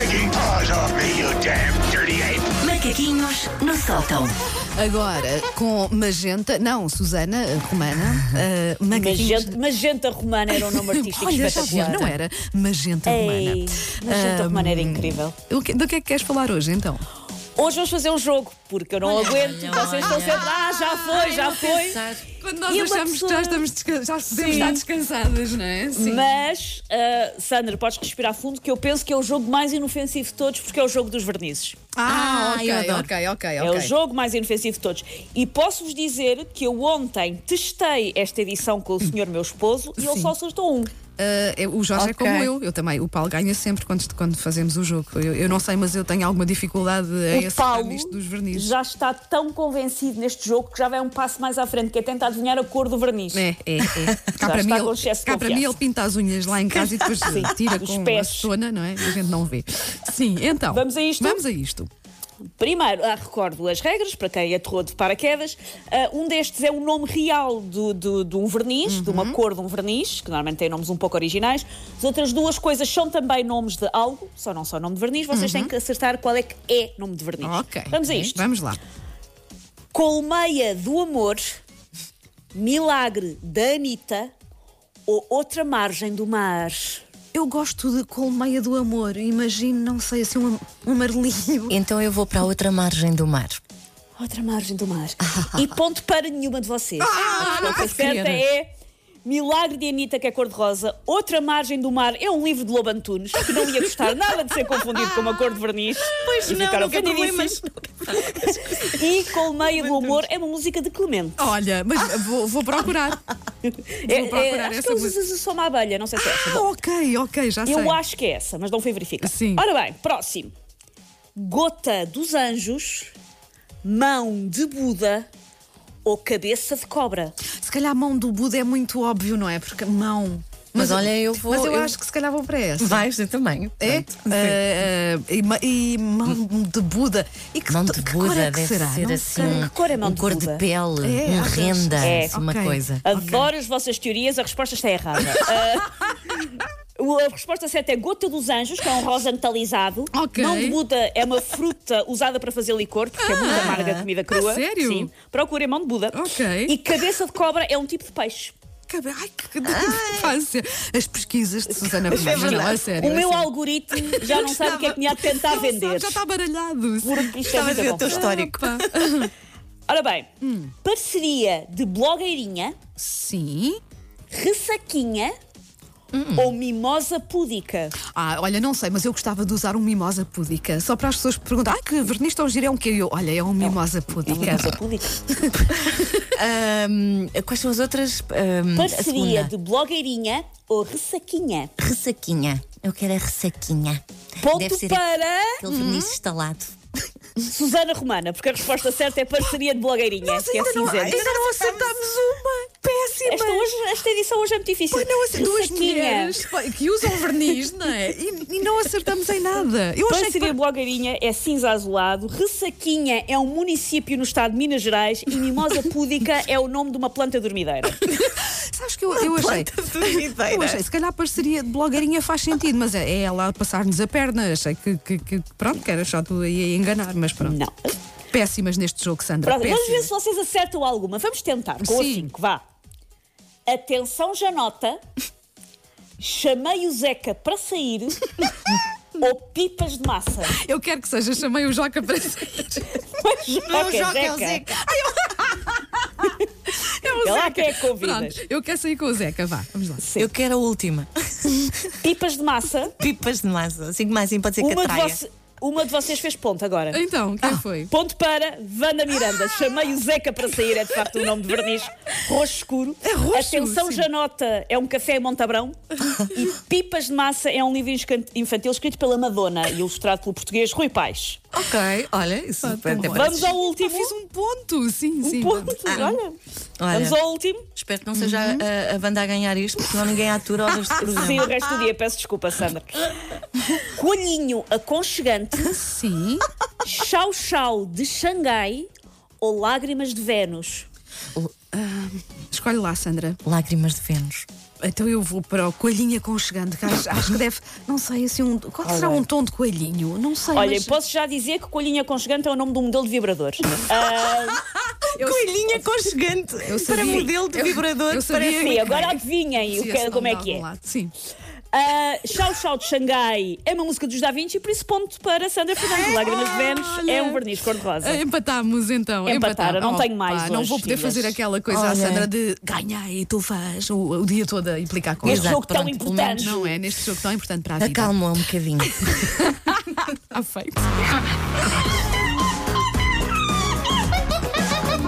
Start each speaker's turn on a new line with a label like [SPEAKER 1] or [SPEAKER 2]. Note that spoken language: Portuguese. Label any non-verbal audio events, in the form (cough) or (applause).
[SPEAKER 1] taking paws off me, you damn dirty ape!
[SPEAKER 2] Macaquinhos no sótão.
[SPEAKER 3] Agora, com Magenta, não, Susana eh, Romana,
[SPEAKER 4] (laughs)
[SPEAKER 3] uh, macaquinhos.
[SPEAKER 4] Magenta, Magenta Romana era um nome
[SPEAKER 3] (laughs)
[SPEAKER 4] artístico
[SPEAKER 3] Olha, já
[SPEAKER 4] espetacular.
[SPEAKER 3] vi, não era Magenta Romana.
[SPEAKER 4] Ei, Magenta Romana era incrível.
[SPEAKER 3] O que- do que é que queres falar hoje então?
[SPEAKER 4] Hoje vamos fazer um jogo, porque eu não aguento.
[SPEAKER 2] olha,
[SPEAKER 4] vocês estão
[SPEAKER 2] olha.
[SPEAKER 4] sempre. Ah, já foi, já foi.
[SPEAKER 3] Quando nós
[SPEAKER 4] E uma achamos que pessoa- já estamos
[SPEAKER 3] podemos
[SPEAKER 4] estar
[SPEAKER 3] descansadas, não é?
[SPEAKER 4] Mas, ah, Sandra, podes respirar fundo, que eu penso que é o jogo mais inofensivo de todos, porque é o jogo dos vernizes.
[SPEAKER 3] Ah,
[SPEAKER 2] Ah,
[SPEAKER 3] ok,
[SPEAKER 2] eu adoro.
[SPEAKER 3] ok, ok, ok.
[SPEAKER 4] É o jogo mais inofensivo de todos. E posso-vos dizer que eu ontem testei esta edição com o senhor meu esposo e ele
[SPEAKER 3] Sim.
[SPEAKER 4] só acertou um.
[SPEAKER 3] Ah, é- o Jorge é
[SPEAKER 2] Ok.
[SPEAKER 3] como eu, eu também. O Paulo ganha sempre quando, quando fazemos o jogo. Eu, eu não sei, mas eu tenho alguma dificuldade a
[SPEAKER 4] O
[SPEAKER 3] acertar
[SPEAKER 4] Paulo
[SPEAKER 3] nisto dos vernizes.
[SPEAKER 4] já está tão convencido neste jogo que já vai um passo mais à frente, que é tentar adivinhar a cor do verniz.
[SPEAKER 3] É, é,
[SPEAKER 4] (laughs)
[SPEAKER 3] é. Cá,
[SPEAKER 4] Já
[SPEAKER 3] para
[SPEAKER 4] está
[SPEAKER 3] mim,
[SPEAKER 4] com
[SPEAKER 3] ele,
[SPEAKER 4] excesso de
[SPEAKER 3] cá para mim
[SPEAKER 4] confiança.
[SPEAKER 3] ele pinta as unhas lá em casa e depois tira
[SPEAKER 4] Os
[SPEAKER 3] com a
[SPEAKER 4] pés.
[SPEAKER 3] sona, não é? A gente não vê. Sim, então.
[SPEAKER 4] Vamos a isto?
[SPEAKER 3] Vamos a isto.
[SPEAKER 4] Primeiro, ah, recordo as regras, para quem aterrou de paraquedas. Ah, um destes é o nome real do- do- de um verniz, de
[SPEAKER 3] Uhum.
[SPEAKER 4] uma cor de um verniz, que normalmente tem nomes um pouco originais. As outras duas coisas são também nomes de algo, só não são nome de verniz. Vocês têm que acertar qual é que é nome de verniz.
[SPEAKER 3] Uhum. Ok. É? Uhum.
[SPEAKER 4] Vamos a isto.
[SPEAKER 3] Vamos lá.
[SPEAKER 4] Colmeia do amor, milagre da Anitta ou outra margem do mar.
[SPEAKER 3] Eu gosto de colmeia do amor. Imagino, não sei, assim, um, um marlinho.
[SPEAKER 2] Então eu vou para a outra margem do mar.
[SPEAKER 4] Outra margem do mar. e ponto para nenhuma de vocês.
[SPEAKER 3] Ah, não
[SPEAKER 4] A
[SPEAKER 3] posso crer.
[SPEAKER 4] certa é Milagre de Anitta, que é cor-de-rosa. Outra Margem do Mar é um livro de Lobo Antunes, que não ia gostar nada de ser confundido com uma cor de verniz. Pois e
[SPEAKER 2] não,
[SPEAKER 4] ficar
[SPEAKER 2] nunca
[SPEAKER 4] ofendidíssimo. E Colmeia do Amor é uma música de Clemente.
[SPEAKER 3] Olha, mas vou, vou procurar.
[SPEAKER 4] é,
[SPEAKER 3] procurar
[SPEAKER 4] acho
[SPEAKER 3] essa
[SPEAKER 4] que eles
[SPEAKER 3] música.
[SPEAKER 4] usam só uma abelha, não sei se é essa.
[SPEAKER 3] Ah,
[SPEAKER 4] Bom,
[SPEAKER 3] (laughs) ok, ok, já sei.
[SPEAKER 4] eu acho que é essa, mas não fui verificar.
[SPEAKER 3] Sim.
[SPEAKER 4] Ora bem, próximo. Gota dos Anjos, Mão de Buda ou Cabeça de Cobra.
[SPEAKER 3] Se calhar a mão do Buda é muito óbvio, não é? Porque mão.
[SPEAKER 2] Mas olha, eu vou-
[SPEAKER 3] Mas eu,
[SPEAKER 2] eu-
[SPEAKER 3] acho que se calhar vou para essa.
[SPEAKER 2] Vais, eu também.
[SPEAKER 3] É?
[SPEAKER 2] Pronto.
[SPEAKER 3] Ah, ah, e, ma- e mão de Buda. E que,
[SPEAKER 2] Mão
[SPEAKER 3] to-
[SPEAKER 2] de
[SPEAKER 3] que cor
[SPEAKER 2] Buda
[SPEAKER 3] é que
[SPEAKER 2] deve
[SPEAKER 3] será?
[SPEAKER 2] ser
[SPEAKER 3] Não
[SPEAKER 2] assim.
[SPEAKER 3] sei.
[SPEAKER 2] Um,
[SPEAKER 4] Que cor é mão
[SPEAKER 2] um
[SPEAKER 4] de
[SPEAKER 2] cor
[SPEAKER 4] Buda?
[SPEAKER 2] de pele,
[SPEAKER 3] É,
[SPEAKER 2] um
[SPEAKER 3] às vezes.
[SPEAKER 2] renda,
[SPEAKER 4] É.
[SPEAKER 2] assim, uma
[SPEAKER 3] Ok.
[SPEAKER 2] coisa.
[SPEAKER 4] Adoro as vossas teorias, a resposta
[SPEAKER 3] (laughs)
[SPEAKER 4] está errada. Ah, o- a resposta certa é gota dos anjos, que é um rosa metalizado.
[SPEAKER 3] Ok.
[SPEAKER 4] Mão de Buda é uma fruta usada para fazer licor, porque é muito
[SPEAKER 3] Ah,
[SPEAKER 4] amarga a comida crua.
[SPEAKER 3] a sério?
[SPEAKER 4] Sim. Procurem mão de Buda.
[SPEAKER 3] Ok.
[SPEAKER 4] E cabeça de cobra é um tipo de peixe.
[SPEAKER 3] Cabe- Ai, que infância. As pesquisas de
[SPEAKER 4] (laughs)
[SPEAKER 3] Susana Romana, não, a É sério.
[SPEAKER 4] É o
[SPEAKER 3] a
[SPEAKER 4] meu
[SPEAKER 3] sério.
[SPEAKER 4] algoritmo já não sabe o que é que me há de tentar
[SPEAKER 3] Não sabe,
[SPEAKER 4] vender.
[SPEAKER 3] Já está baralhado.
[SPEAKER 4] Porque isto é
[SPEAKER 2] Estava a
[SPEAKER 4] muita
[SPEAKER 2] ver o teu
[SPEAKER 4] confusão.
[SPEAKER 2] histórico.
[SPEAKER 3] Opa.
[SPEAKER 4] Ora bem,
[SPEAKER 3] Hum.
[SPEAKER 4] parceria de blogueirinha,
[SPEAKER 3] (laughs) Sim.
[SPEAKER 4] ressaquinha
[SPEAKER 3] Hum,
[SPEAKER 4] ou mimosa púdica?
[SPEAKER 3] Ah, olha, não sei, mas eu gostava de usar um mimosa púdica. Só para as pessoas perguntarem, ah, que verniz tão giro é um que eu. Olha, é um mimosa
[SPEAKER 4] É uma
[SPEAKER 3] púdica.
[SPEAKER 4] mimosa púdica.
[SPEAKER 2] Ahm, quais são as outras?
[SPEAKER 3] Hum,
[SPEAKER 2] Ahm, a
[SPEAKER 4] Parceria
[SPEAKER 2] segunda.
[SPEAKER 4] de blogueirinha ou ressaquinha?
[SPEAKER 2] Ressaquinha. Eu quero a ressaquinha.
[SPEAKER 4] Ponto
[SPEAKER 2] Deve ser
[SPEAKER 4] para
[SPEAKER 2] aquele verniz estalado.
[SPEAKER 4] Susana Romana, porque a resposta certa é parceria de blogueirinha, que é
[SPEAKER 3] ainda não,
[SPEAKER 4] cinzento.
[SPEAKER 3] ainda não acertámos uma. Péssima.
[SPEAKER 4] Esta, hoje, esta edição hoje é muito difícil.
[SPEAKER 3] Pois não, assim, duas
[SPEAKER 4] Ressaquinha,
[SPEAKER 3] mulheres
[SPEAKER 4] é.
[SPEAKER 3] pá, que usam verniz, não é? E, e não acertamos em nada. Eu achei que.
[SPEAKER 4] Parceria de blogueirinha é cinza azulado, Ressaquinha é um município no estado de Minas Gerais e Mimosa Púdica é o nome de uma planta dormideira.
[SPEAKER 3] Sabes que eu, eu achei.
[SPEAKER 2] Dormideira.
[SPEAKER 3] Eu achei, se calhar a parceria de blogueirinha faz sentido, mas é, é ela a passar-nos a perna. Achei que, que- que- pronto, que era só tu aí a enganar, mas pronto.
[SPEAKER 4] Não.
[SPEAKER 3] Péssimas neste jogo, Sandra.
[SPEAKER 4] Pronto, vamos
[SPEAKER 2] né?
[SPEAKER 4] ver
[SPEAKER 3] Péssimas.
[SPEAKER 4] se vocês acertam alguma. Vamos tentar com
[SPEAKER 3] Sim.
[SPEAKER 4] a 5, vá. Atenção, Janota. Chamei o Zeca para sair ou pipas de massa.
[SPEAKER 3] Eu quero que seja, chamei o Joca para sair.
[SPEAKER 4] Mas Joca,
[SPEAKER 2] Joca, é o Zeca.
[SPEAKER 4] Zeca.
[SPEAKER 3] É o
[SPEAKER 4] É lá
[SPEAKER 3] Zeca.
[SPEAKER 4] que é que convidas.
[SPEAKER 3] Pronto, eu quero sair com o Zeca, vá, vamos lá.
[SPEAKER 4] Sim.
[SPEAKER 2] Eu quero a (laughs) última.
[SPEAKER 4] Pipas de massa.
[SPEAKER 2] Pipas de massa. Assim que mais assim pode ser que
[SPEAKER 4] Uma de,
[SPEAKER 2] atraia.
[SPEAKER 4] voce- uma de vocês fez ponto agora.
[SPEAKER 3] Então, quem
[SPEAKER 4] Ah,
[SPEAKER 3] foi?
[SPEAKER 4] Ponto para Vanda
[SPEAKER 3] Ah!
[SPEAKER 4] Miranda. Chamei o Zeca para sair, é de facto o nome de verniz. Roxo escuro.
[SPEAKER 3] É roxo,
[SPEAKER 4] Atenção
[SPEAKER 3] sim.
[SPEAKER 4] Janota é um café
[SPEAKER 3] (laughs)
[SPEAKER 4] em Montabrão. E Pipas de Massa é um livro inscan- infantil escrito pela Madonna e ilustrado pelo português Rui Paes.
[SPEAKER 2] Ok, É, olha, isso
[SPEAKER 3] Ah,
[SPEAKER 2] até
[SPEAKER 3] tá bom.
[SPEAKER 2] parece-
[SPEAKER 4] Vamos ao último.
[SPEAKER 3] Fiz um ponto, sim, sim. Ah,
[SPEAKER 4] Ponto, olha.
[SPEAKER 2] Olha.
[SPEAKER 4] Vamos ao último.
[SPEAKER 2] Espero que não seja a, a banda a ganhar isto, porque senão ninguém atura o (laughs) resto do
[SPEAKER 4] Sim,
[SPEAKER 2] programa.
[SPEAKER 4] o resto do dia. Peço desculpa,
[SPEAKER 3] (laughs)
[SPEAKER 4] Sandra. Coelhinho aconchegante.
[SPEAKER 3] Sim.
[SPEAKER 4] Chau Chau de Xangai ou Lágrimas de Vênus?
[SPEAKER 3] Ah, Escolhe lá, Sandra.
[SPEAKER 2] Lágrimas de Vênus.
[SPEAKER 3] Então eu vou para o coelhinho aconchegante, que acho, acho que deve. Não sei, assim, um, qual será um tom de coelhinho? Não sei.
[SPEAKER 4] Olha,
[SPEAKER 3] mas...
[SPEAKER 4] posso já dizer que Colinha Conchegante é o nome de um modelo de vibrador.
[SPEAKER 3] eu-
[SPEAKER 2] Coelhinho aconchegante para
[SPEAKER 3] Eu sabia-
[SPEAKER 2] modelo de
[SPEAKER 3] eu-
[SPEAKER 2] vibrador.
[SPEAKER 3] eu sabia
[SPEAKER 2] parece-
[SPEAKER 3] que-
[SPEAKER 4] Sim, agora adivinhem o
[SPEAKER 3] Sim,
[SPEAKER 4] que-
[SPEAKER 3] esse
[SPEAKER 4] como é
[SPEAKER 3] nome
[SPEAKER 4] que
[SPEAKER 3] dá
[SPEAKER 4] é.
[SPEAKER 3] algum lado, Sim.
[SPEAKER 4] Ah, Chau Chau de Xangai é uma música dos Da Vinci, por isso ponto para Sandra Fernandes. Lágrimas de Vênus é um verniz cor-de-rosa.
[SPEAKER 3] Eh, Empatámos então.
[SPEAKER 4] Empataram,
[SPEAKER 3] empataram.
[SPEAKER 4] não tenho mais
[SPEAKER 3] Opa, Não
[SPEAKER 4] hoje,
[SPEAKER 3] vou poder
[SPEAKER 4] filhas.
[SPEAKER 3] fazer aquela coisa à
[SPEAKER 2] Olha.
[SPEAKER 3] Sandra de ganhar e tu faz o, o dia todo a implicar com
[SPEAKER 4] Neste
[SPEAKER 3] ela.
[SPEAKER 4] jogo tão
[SPEAKER 3] Pronto, pelo menos
[SPEAKER 4] importante.
[SPEAKER 3] Não é neste jogo tão importante para a vida. Ah,
[SPEAKER 2] Acalmou um bocadinho.
[SPEAKER 3] Está feito.